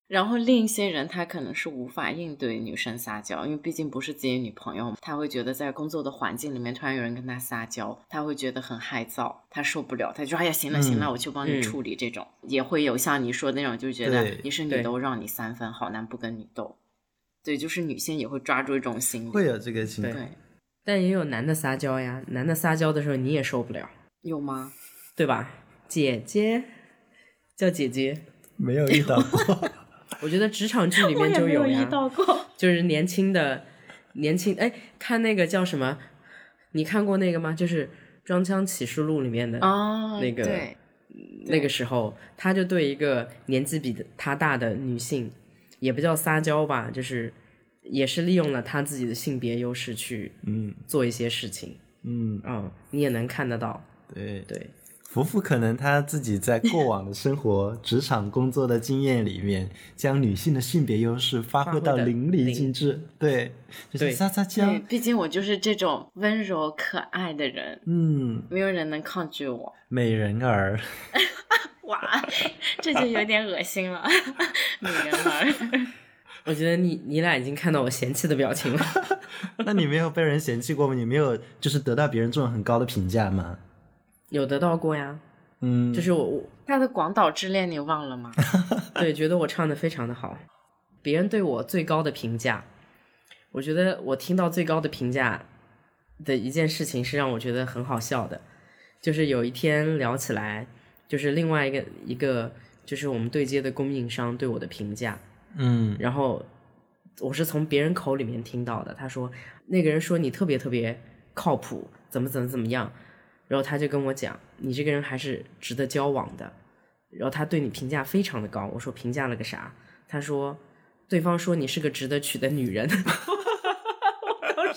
然后另一些人他可能是无法应对女生撒娇，因为毕竟不是自己的女朋友嘛，他会觉得在工作的环境里面突然有人跟他撒娇，他会觉得很害臊，他受不了，他就说哎呀行了行了，我去帮你
嗯
处理。这种、也会有像你说的那种，就觉得
对
你是
对
女的，我让你三分，好男不跟女斗。对，就是女性也会抓住一种心理，
会
啊
有这个情况。
对，
但也有男的撒娇呀，男的撒娇的时候你也受不了，
有吗？
对吧？姐姐叫姐姐，
没有遇到过，
我觉得职场剧里面就
我也没
呀
遇，到过。
就是年轻的年轻哎，看那个叫什么？你看过那个吗？就是《装腔启示录》里面的
哦，
<laughs> 那个
对，
那个时候，他就对一个年纪比他大的女性，也不叫撒娇吧，就是也是利用了他自己的性别优势去
<laughs> 嗯
做一些事情。
嗯，
嗯，你也能看得到，
对。
对，
福福可能他自己在过往的生活、职场、工作的经验里面，将女性的性别优势发挥到
发挥得
淋漓尽致。对，就是
对
撒撒
对
娇，，
毕竟我就是这种温柔可爱的人，
嗯，
没有人能抗拒
<laughs>
我。
美人儿， <laughs>
哇，这就有点恶
<laughs>
心了，女人 <laughs> 儿。
我觉得你你俩已经看到我嫌弃的表情了。 <laughs>
那你没有被人嫌弃过吗？你没有就是得到别人这种很高的评价吗？
有得到过呀，
嗯，
就是我我
他的《广岛之恋》你忘
<laughs>
了吗？
对觉得我唱的非常的好，别人对我最高的评价，我觉得我听到最高的评价的一件事情是让我觉得很好笑的，就是有一天聊起来，就是另外一个一个就是我们对接的供应商对我的评价，
嗯
然后我是从别人口里面听到的，他说那个人说你特别特别靠谱，怎么怎么怎么样，然后他就跟我讲，你这个人还是值得交往的，然后他对你评价非常的高，我说评价了个啥？他说对方说你是个值得娶的女人， <laughs>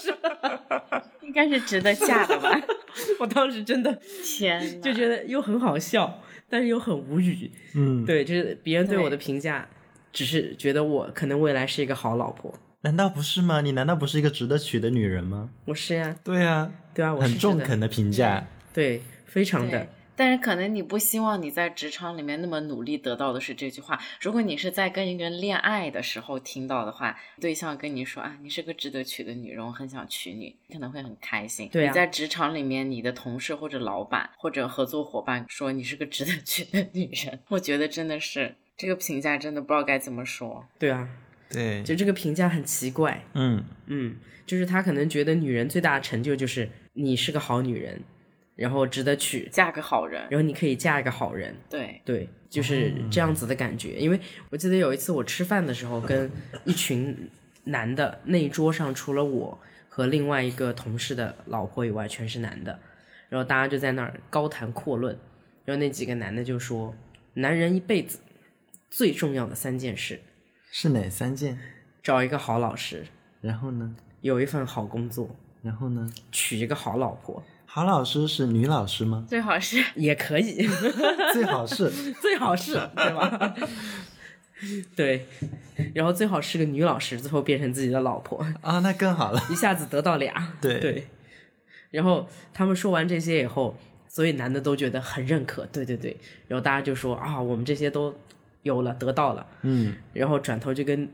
应该是值得嫁的吧？ <laughs>
我当时真的
天哪，
就觉得又很好笑，但是又很无语，
嗯，
对，就是别人对我的
对
评价，只是觉得我可能未来是一个好老婆，
难道不是吗？你难道不是一个值得娶的女人吗？
我是呀、
对啊， <laughs>
对啊，我是
很中
觉得
肯的评价。
对，非常的
对。但是可能你不希望你在职场里面那么努力得到的是这句话。如果你是在跟一个人恋爱的时候听到的话，对象跟你说啊，你是个值得娶的女人，我很想娶你，你可能会很开心。
对啊
你在职场里面，你的同事或者老板或者合作伙伴说你是个值得 <laughs> 娶的女人，我觉得真的是这个评价真的不知道该怎么说。
对啊，
对，
就这个评价很奇怪，
嗯，
嗯，就是他可能觉得女人最大的成就就是你是个好女人，然后值得娶，
嫁个好人，
然后你可以嫁一个好人，
对，？
对，就是这样子的感觉。因为我记得有一次我吃饭的时候，跟一群男的，那一桌上除了我和另外一个同事的老婆以外，全是男的。然后大家就在那儿高谈阔论，然后那几个男的就说：“男人一辈子最重要的三件事，
是哪三件？
找一个好老师，
然后呢？
有一份好工作，
然后呢？
娶一个好老婆
郝老师是女老师吗
最好是
也可以。” <laughs>
最好是，
最好是，对吧？ <laughs> 对，然后最好是个女老师，最后变成自己的老婆，
<laughs> 啊，那更好了。
一下子得到俩。
对
然后他们说完这些以后，所以男的都觉得很认可，对对对。然后大家就说啊，我们这些都有了，得到了。
嗯，
然后转头就跟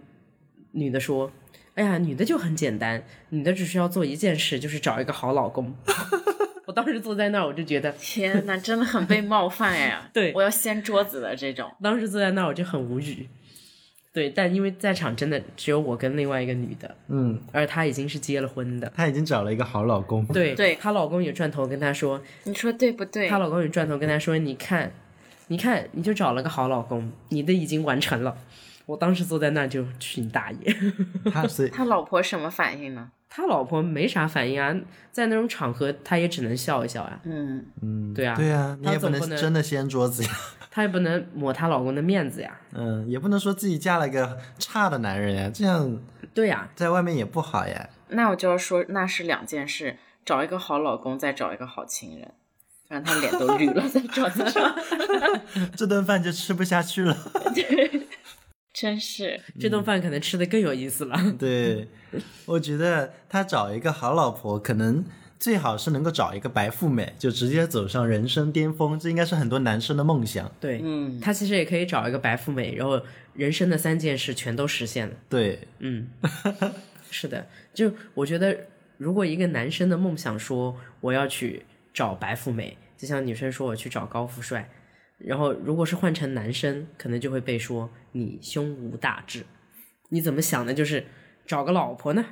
女的说：“哎呀，女的就很简单，女的只需要做一件事，就是找一个好老公。” <laughs> 我当时坐在那儿，我就觉得
天呐，真的很被冒犯哎！
<laughs> 对
我要掀桌子的这种。
当时坐在那儿我就很无语。对，但因为在场真的只有我跟另外一个女的，
嗯，
而她已经是结了婚的。
她已经找了一个好老公。
对，
对
她老公也转头跟她说，
你说对不对
她？老公也转头跟她说，你看，你看，你就找了个好老公，你的已经完成了。我当时坐在那儿就去你大爷！ <laughs>
她所以
他老婆什么反应呢？
他老婆没啥反应啊，在那种场合他也只能笑一笑呀、
嗯，
嗯，
对啊
对啊，你
她
也不
总
能
不能
真的掀桌子呀。
她也不能抹她老公的面子呀。
<laughs> 嗯，也不能说自己嫁了个差的男人呀，这样
对啊呀、
在外面也不好呀。
那我就要说那是两件事，找一个好老公，再找一个好情人，让他脸都绿了在桌子上，
<laughs>
这顿饭就吃不下去了。
真是
这顿饭可能吃的更有意思了。 <laughs>
<laughs> 对，我觉得他找一个好老婆，可能最好是能够找一个白富美，就直接走上人生巅峰，这应该是很多男生的梦想。
对，
嗯，
他其实也可以找一个白富美，然后人生的三件事全都实现了。
对，
嗯，是的，就我觉得，如果一个男生的梦想说我要去找白富美，就像女生说我去找高富帅，然后如果是换成男生，可能就会被说你胸无大志，你怎么想的？就是找个老婆呢？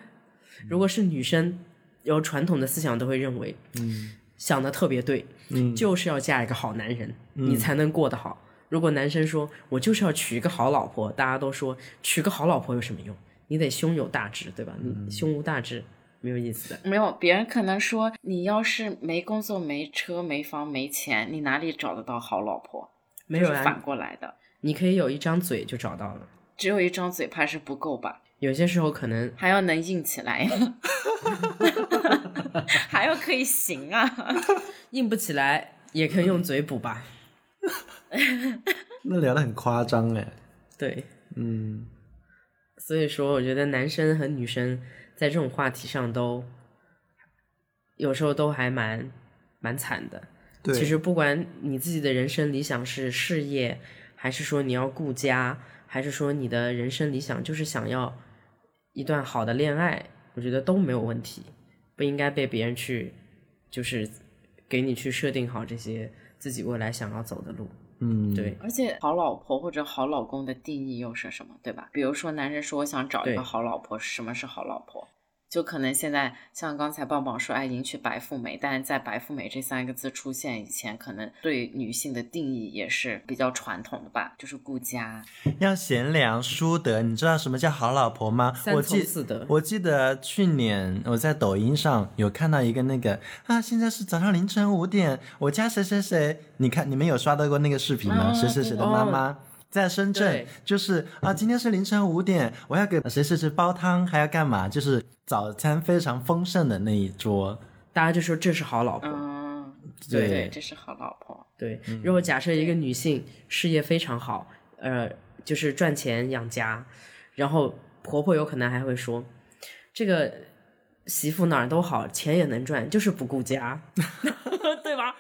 如果是女生，有传统的思想都会认为，嗯，想的特别对，嗯，就是要嫁一个好男人，你才能过得好。如果男生说我就是要娶一个好老婆，大家都说娶个好老婆有什么用？你得胸有大志，对吧？你胸无大志没有意思的。
没有别人可能说你要是没工作、没车、没房、没钱，你哪里找得到好老婆？
没有
就是反
啊，
过来的，
你可以有一张嘴就找到了。
只有一张嘴怕是不够吧，
有些时候可能
还要能硬起
<laughs>
来， <laughs> 还要可以行啊。
硬不起来，也可以用嘴补吧。
那聊得很夸张哎。
对，
嗯，
所以说我觉得男生和女生在这种话题上都有时候都还蛮蛮惨的。
对，
其实不管你自己的人生理想是事业，还是说你要顾家，还是说你的人生理想就是想要一段好的恋爱，我觉得都没有问题，不应该被别人去就是给你去设定好这些自己未来想要走的路。
嗯，
对，
而且好老婆或者好老公的定义又是什么，对吧？比如说男人说我想找一
对
个好老婆，什么是好老婆？就可能现在像刚才棒棒说，哎，迎娶白富美，但是在白富美这三个字出现以前，可能对女性的定义也是比较传统的吧，就是顾家。
要贤良淑德。你知道什么叫好老婆吗？
三
我
从
记
四德
我记得去年我在抖音上有看到一个那个啊，现在是早上凌晨五点，我家谁谁谁，你看你们有刷到过那个视频吗？
啊
谁谁谁的妈妈。在深圳
对，
就是啊，今天是凌晨五点，我要给谁谁谁煲汤，还要干嘛？就是早餐非常丰盛的那一桌，
大家就说这是好老婆，
嗯，
对
对，这是好老婆。
对。如果假设一个女性事业非常好，呃，就是赚钱养家，然后婆婆有可能还会说，这个 <laughs> 媳妇哪儿都好，钱也能赚，就是不顾家，对吧？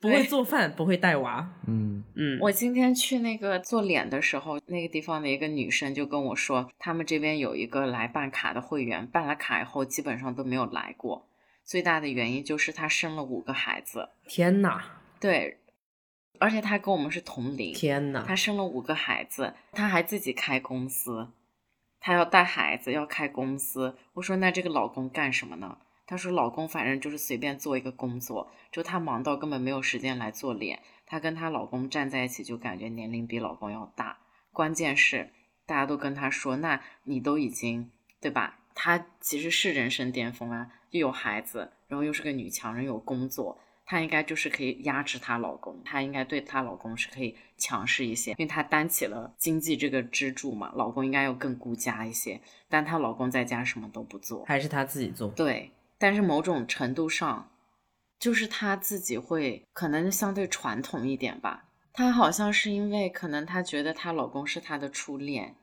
不会做饭，不会带娃，
嗯，
嗯，
我今天去那个做脸的时候，那个地方的一个女生就跟我说，他们这边有一个来办卡的会员，办了卡以后基本上都没有来过。最大的原因就是她生了五个孩子，
天哪，
对，而且她跟我们是同龄，
天哪，
她生了五个孩子，她还自己开公司，她要带孩子，要开公司。我说那这个老公干什么呢？她说老公反正就是随便做一个工作，就她忙到根本没有时间来做脸。她跟她老公站在一起，就感觉年龄比老公要大。关键是大家都跟她说，那你都已经对吧？她其实是人生巅峰啊，又有孩子，然后又是个女强人，有工作，她应该就是可以压制她老公，她应该对她老公是可以强势一些，因为她担起了经济这个支柱嘛，老公应该要更顾家一些，但她老公在家什么都不做，
还是他自己做，
对，但是某种程度上，就是她自己会可能相对传统一点吧，她好像是因为可能她觉得她老公是她的初恋。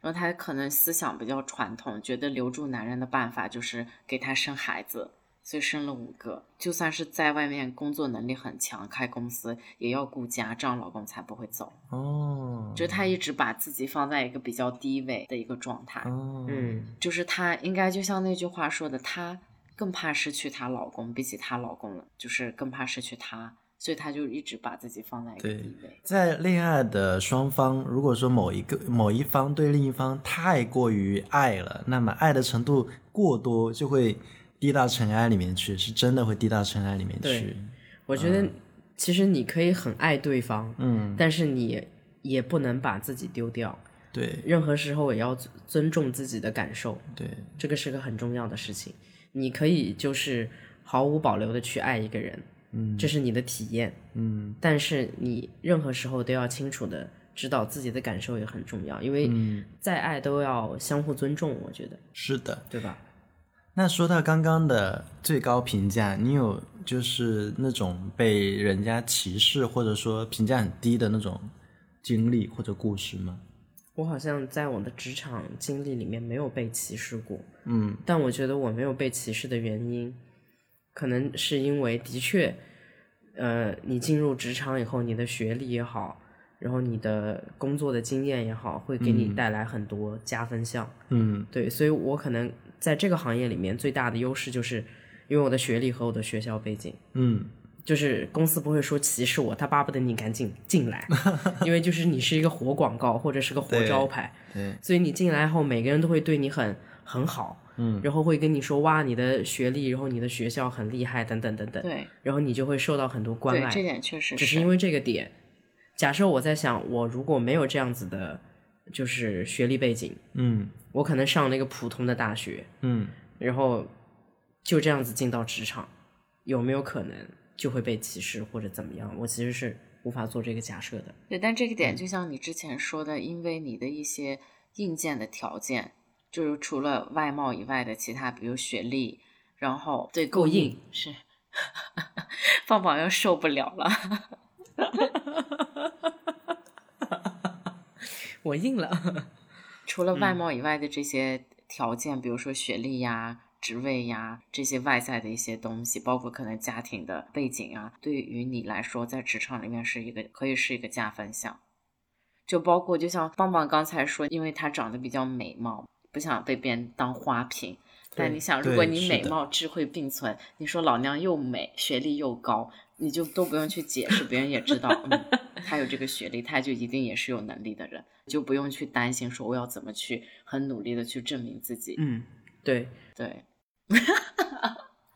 然后她可能思想比较传统，觉得留住男人的办法就是给他生孩子，所以生了五个。就算是在外面工作能力很强，开公司也要顾家，这样老公才不会走。
哦，
就她一直把自己放在一个比较低位的一个状态，
哦，
嗯，
就是她应该就像那句话说的，她更怕失去她老公，比起她老公了，就是更怕失去他，所以她就一直把自己放在一个
对
低位。
在恋爱的双方，如果说某一个某一方对另一方太过于爱了，那么爱的程度过多，就会低到尘埃里面去，是真的会低到尘埃里面去
对。我觉得其实你可以很爱对方，
嗯，
但是你也不能把自己丢掉，
对
任何时候也要尊尊重自己的感受，
对，
这个是个很重要的事情。你可以就是毫无保留的去爱一个人，
嗯
这是你的体验，
嗯
但是你任何时候都要清楚的知道自己的感受也很重要，因为
嗯，
再爱都要相互尊重，我觉得，
是的。
对吧？
那说到刚刚的最高评价，你有就是那种被人家歧视或者说评价很低的那种经历或者故事吗？
我好像在我的职场经历里面没有被歧视过，
嗯
但我觉得我没有被歧视的原因，可能是因为的确，呃，你进入职场以后，你的学历也好，然后你的工作的经验也好，会给你带来很多加分项。
嗯
对，所以我可能在这个行业里面最大的优势就是，因为我的学历和我的学校背景，
嗯，
就是公司不会说歧视我，他巴不得你赶紧进来，因为就是你是一个活广告或者是个活
对
招牌，
对，
所以你进来后，每个人都会对你很很好，
嗯，
然后会跟你说哇，你的学历，然后你的学校很厉害，等等等等，
对
然后你就会受到很多关
对，这
爱，
点确实
只是因为这个点。假设我在想，我如果没有这样子的，就是学历背景，
嗯
我可能上了一个普通的大学，
嗯，
然后就这样子进到职场，有没有可能就会被歧视或者怎么样？我其实是无法做这个假设的。
对，但这个
嗯
点就像你之前说的，因为你的一些硬件的条件，就是除了外貌以外的其他，比如学历，然后对
够硬
是， <laughs> 放榜又受不了了。
我硬了， <laughs>
除了
嗯
外貌以外的这些条件，比如说学历呀、职位呀这些外在的一些东西，包括可能家庭的背景啊，对于你来说，在职场里面是一个可以是一个加分项。就包括就像棒棒刚才说，因为她长得比较美貌，不想被别人当花瓶。但你想，如
对
果你
是
美
的
貌智慧并存，你说老娘又美，学历又高，你就都不用去解释，别人也知道，嗯， <laughs> 他有这个学历，他就一定也是有能力的人，就不用去担心说我要怎么去很努力的去证明自己。
嗯，对，
对，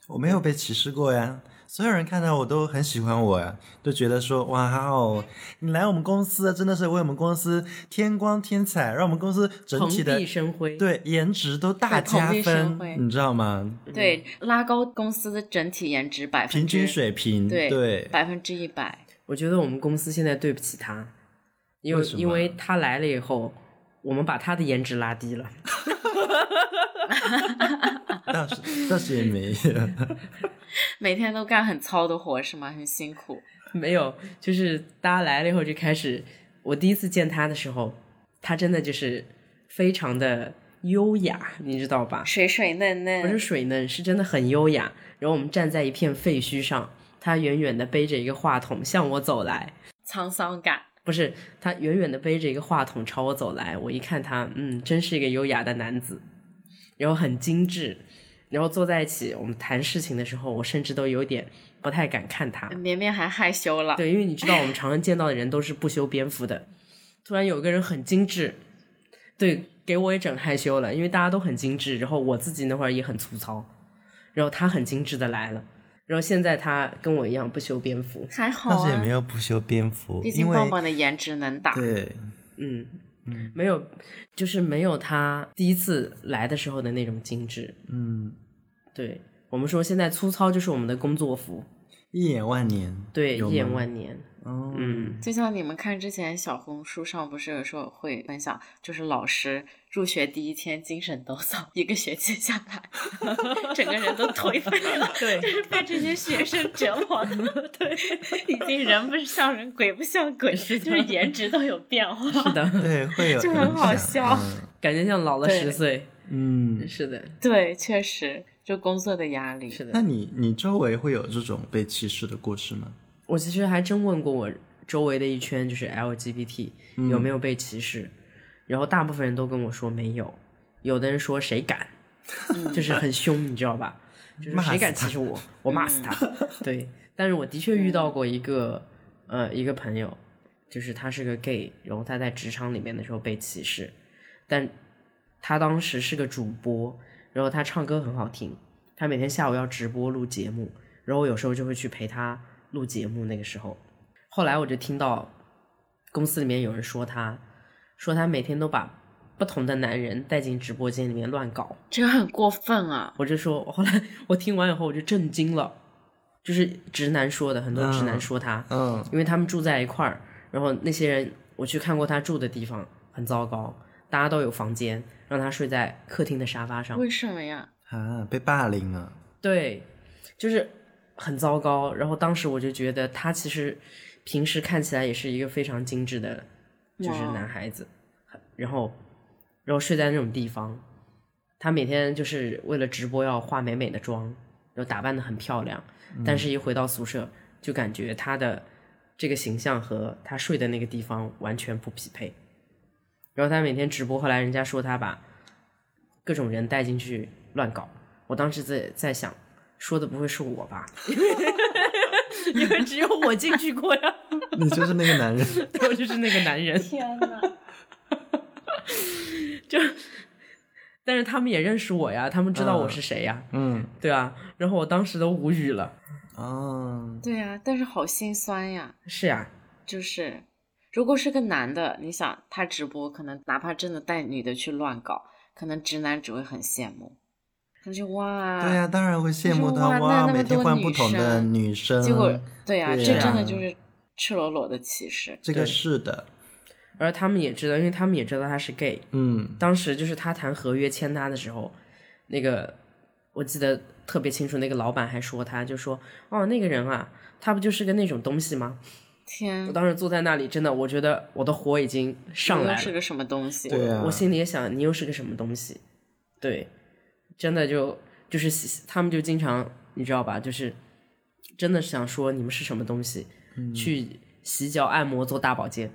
我没有被歧视过呀，所有人看到我都很喜欢我呀，都觉得说哇哦，你来我们公司啊真的是为我们公司添光添彩，让我们公司整
蓬
体的
荜生辉，
对颜值都大
对蓬
加
荜生
分
辉，
你知道吗？
对，拉高公司的整体颜值百分
平均
之
水平
对
对
百分之一百，
我觉得我们公司现在对不起他，因为
为什么
因为他来了以后，我们把他的颜值拉低了， <laughs>
倒是倒是也没有，
每天都干很糙的活是吗？很辛苦。
没有，就是大家来了以后就开始，我第一次见他的时候，他真的就是非常的优雅，你知道
啊
吧？
水水嫩嫩，
不是水嫩，是真的很优雅。然后我们站在一片废墟上，他远远的背着一个话筒向我走来，
沧桑感。
不是，他远远的背着一个话筒朝我走来，我一看他，嗯，真是一个优雅的男子，然后很精致，然后坐在一起，我们谈事情的时候，我甚至都有点不太敢看他，
绵绵还害羞了，
对，因为你知道我们常常见到的人都是不修边幅的，突然有一个人很精致，对，给我也整害羞了，因为大家都很精致，然后我自己那会儿也很粗糙，然后他很精致的来了，然后现在他跟我一样不修边幅，
还好
但是也
啊
没。有不修边幅，
毕
因
竟
为
棒棒的颜值能打，
对，
嗯，没有，就是没有他第一次来的时候的那种精致。
嗯，
对我们说，现在粗糙就是我们的工作服，
一眼万年，
对，
有
一眼
吗
万年。
哦，
<laughs>
嗯，
就像你们看之前小红书上不是有时候会分享，就是老师入学第一天精神抖擞，一个学期下来， <laughs> 整个人都颓废了，
对
就是被这些学生折磨的， <laughs> 对，已经人不像人，鬼不像鬼，就是颜值都有变化，
是的，
对，会有
就很好
影响
笑
感觉像老了
对
十岁。
<laughs>
嗯，嗯
是的，
<laughs> 对，确实，就工作的压力，
是的
那。你你周围会有这种被歧视的故事吗？
我其实还真问过我周围的一圈，就是 LGBT
嗯
有没有被歧视，然后大部分人都跟我说没有，有的人说谁敢，就是很凶，你知道吧？就是
骂
谁
死
敢
他嗯
歧视我，我骂死他。对，但是我的确遇到过一个、呃一个朋友，就是他是个 gay，然后他在职场里面的时候被歧视，但他当时是个主播，然后他唱歌很好听，他每天下午要直播录节目，然后我有时候就会去陪他录节目。那个时候，后来我就听到公司里面有人说他，说他每天都把不同的男人带进直播间里面乱搞。
这个很过分啊，
我就说，我后来我听完以后我就震惊了，就是直男说的，很多直男说他，
嗯，
因为他们住在一块儿，然后那些人我去看过他住的地方很糟糕，大家都有房间，让他睡在客厅的沙发上，
为什么呀？
啊， <laughs> 被霸凌了，
对，就是很糟糕。然后当时我就觉得他其实平时看起来也是一个非常精致的，就是
哇
男孩子，然后然后睡在那种地方，他每天就是为了直播要化美美的妆，然后打扮的很漂亮，但是一回到宿舍就感觉他的这个形象和他睡的那个地方完全不匹配。然后他每天直播，后来人家说他把各种人带进去乱搞。我当时在在想，说的不会是我 <laughs> 吧？因为只有我进去过 <laughs> 呀，
你就是那个男人，
<laughs> 我就是那个男人。
天哪！
但是他们也认识我呀，他们知道我是谁呀，
嗯，
对啊。然后我当时都无语了。
哦，
对呀、但是好心酸呀。
是呀，
就是，如果是个男的，你想他直播，可能哪怕真的带女的去乱搞，可能直男只会很羡慕，他就哇，
对呀、啊当然会羡慕
哇
他
那那
哇，
么
每天
多
换
女
不同的
生
女生，
结果对呀、
对
这
呀
真的就是赤裸裸的歧视。
这个
对
是的，
而他们也知道，因为他们也知道他是 gay。
嗯，
当时就是他谈合约签他的时候，那个我记得特别清楚，那个老板还说他就说哦那个人啊，他不就是个那种东西吗？
天
我，当时坐在那里，真的我觉得我的火已经上
这
来
嗯又
了，
是个什么东西？
对啊，
我心里也想，你又是个什么东西？对，真的就就是喜他们就经常你知道吧，就是真的想说你们是什么东西，
嗯
去洗脚、按摩、做大保健，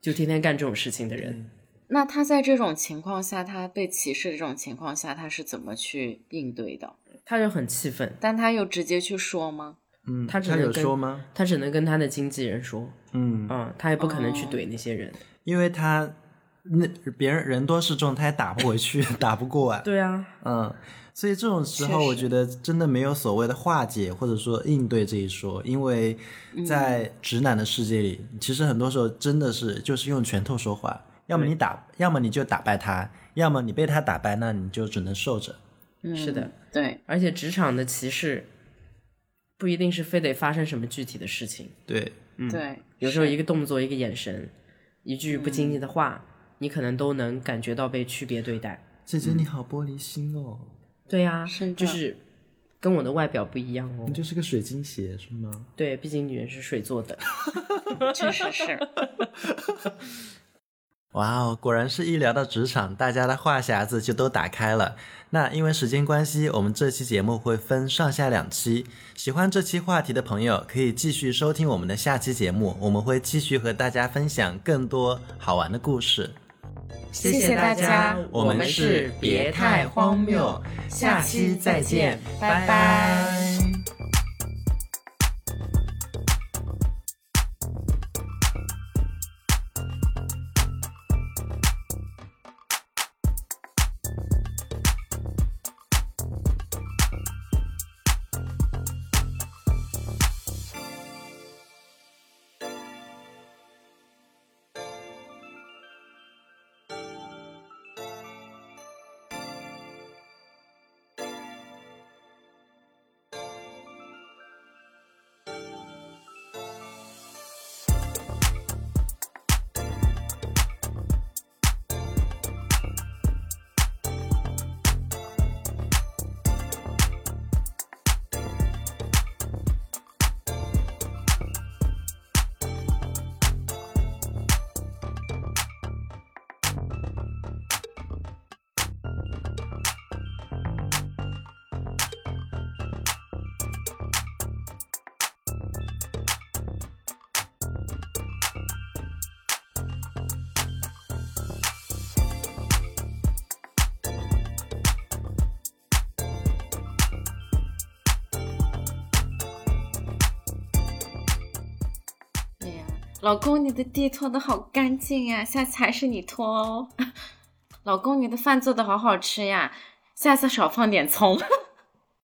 就天天干这种事情的
嗯
人。
那他在这种情况下，他被歧视的这种情况下，他是怎么去应对的？
他就很气愤，
但他有直接去说吗？
嗯，
他只
他
能
有
跟
说吗？
他只能跟他的经纪人说，
嗯，
嗯，他也不可能去
哦
怼那些人。
因为他那别人人多势众，他也打不回去， <laughs> 打不过啊，
对啊，
嗯，所以这种时候，
确
我
实
觉得真的没有所谓的化解或者说应对这一说，因为
嗯
在直男的世界里，其实很多时候真的是就是用拳头说话，要么你打，要么你就打败他，要么你被他打败，那你就只能受着。
嗯，
是的，
对，
而且职场的歧视不一定是非得发生什么具体的事情。
对，
对，
有时候
是嗯
一个动作、一个眼神、一句不经意的话，你可能都能感觉到被区别对待。
姐姐
嗯
你好玻璃心哦，
对呀、
是的嗯
就是跟我的外表不一样哦
你。就是个水晶鞋是吗？
对，毕竟女人是水做的。
确实是。
哇哦，果然是一聊到职场，大家的话匣子就都打开了。那因为时间关系，我们这期节目会分上下两期。喜欢这期话题的朋友，可以继续收听我们的下期节目，我们会继续和大家分享更多好玩的故事。
谢谢大家
我们是
别太荒谬，
下期再见拜拜哎呀，老公，你的地拖的好干净呀，下次还是你拖 <laughs> 哦。老公，你的饭做的好好吃呀，下次少放点葱。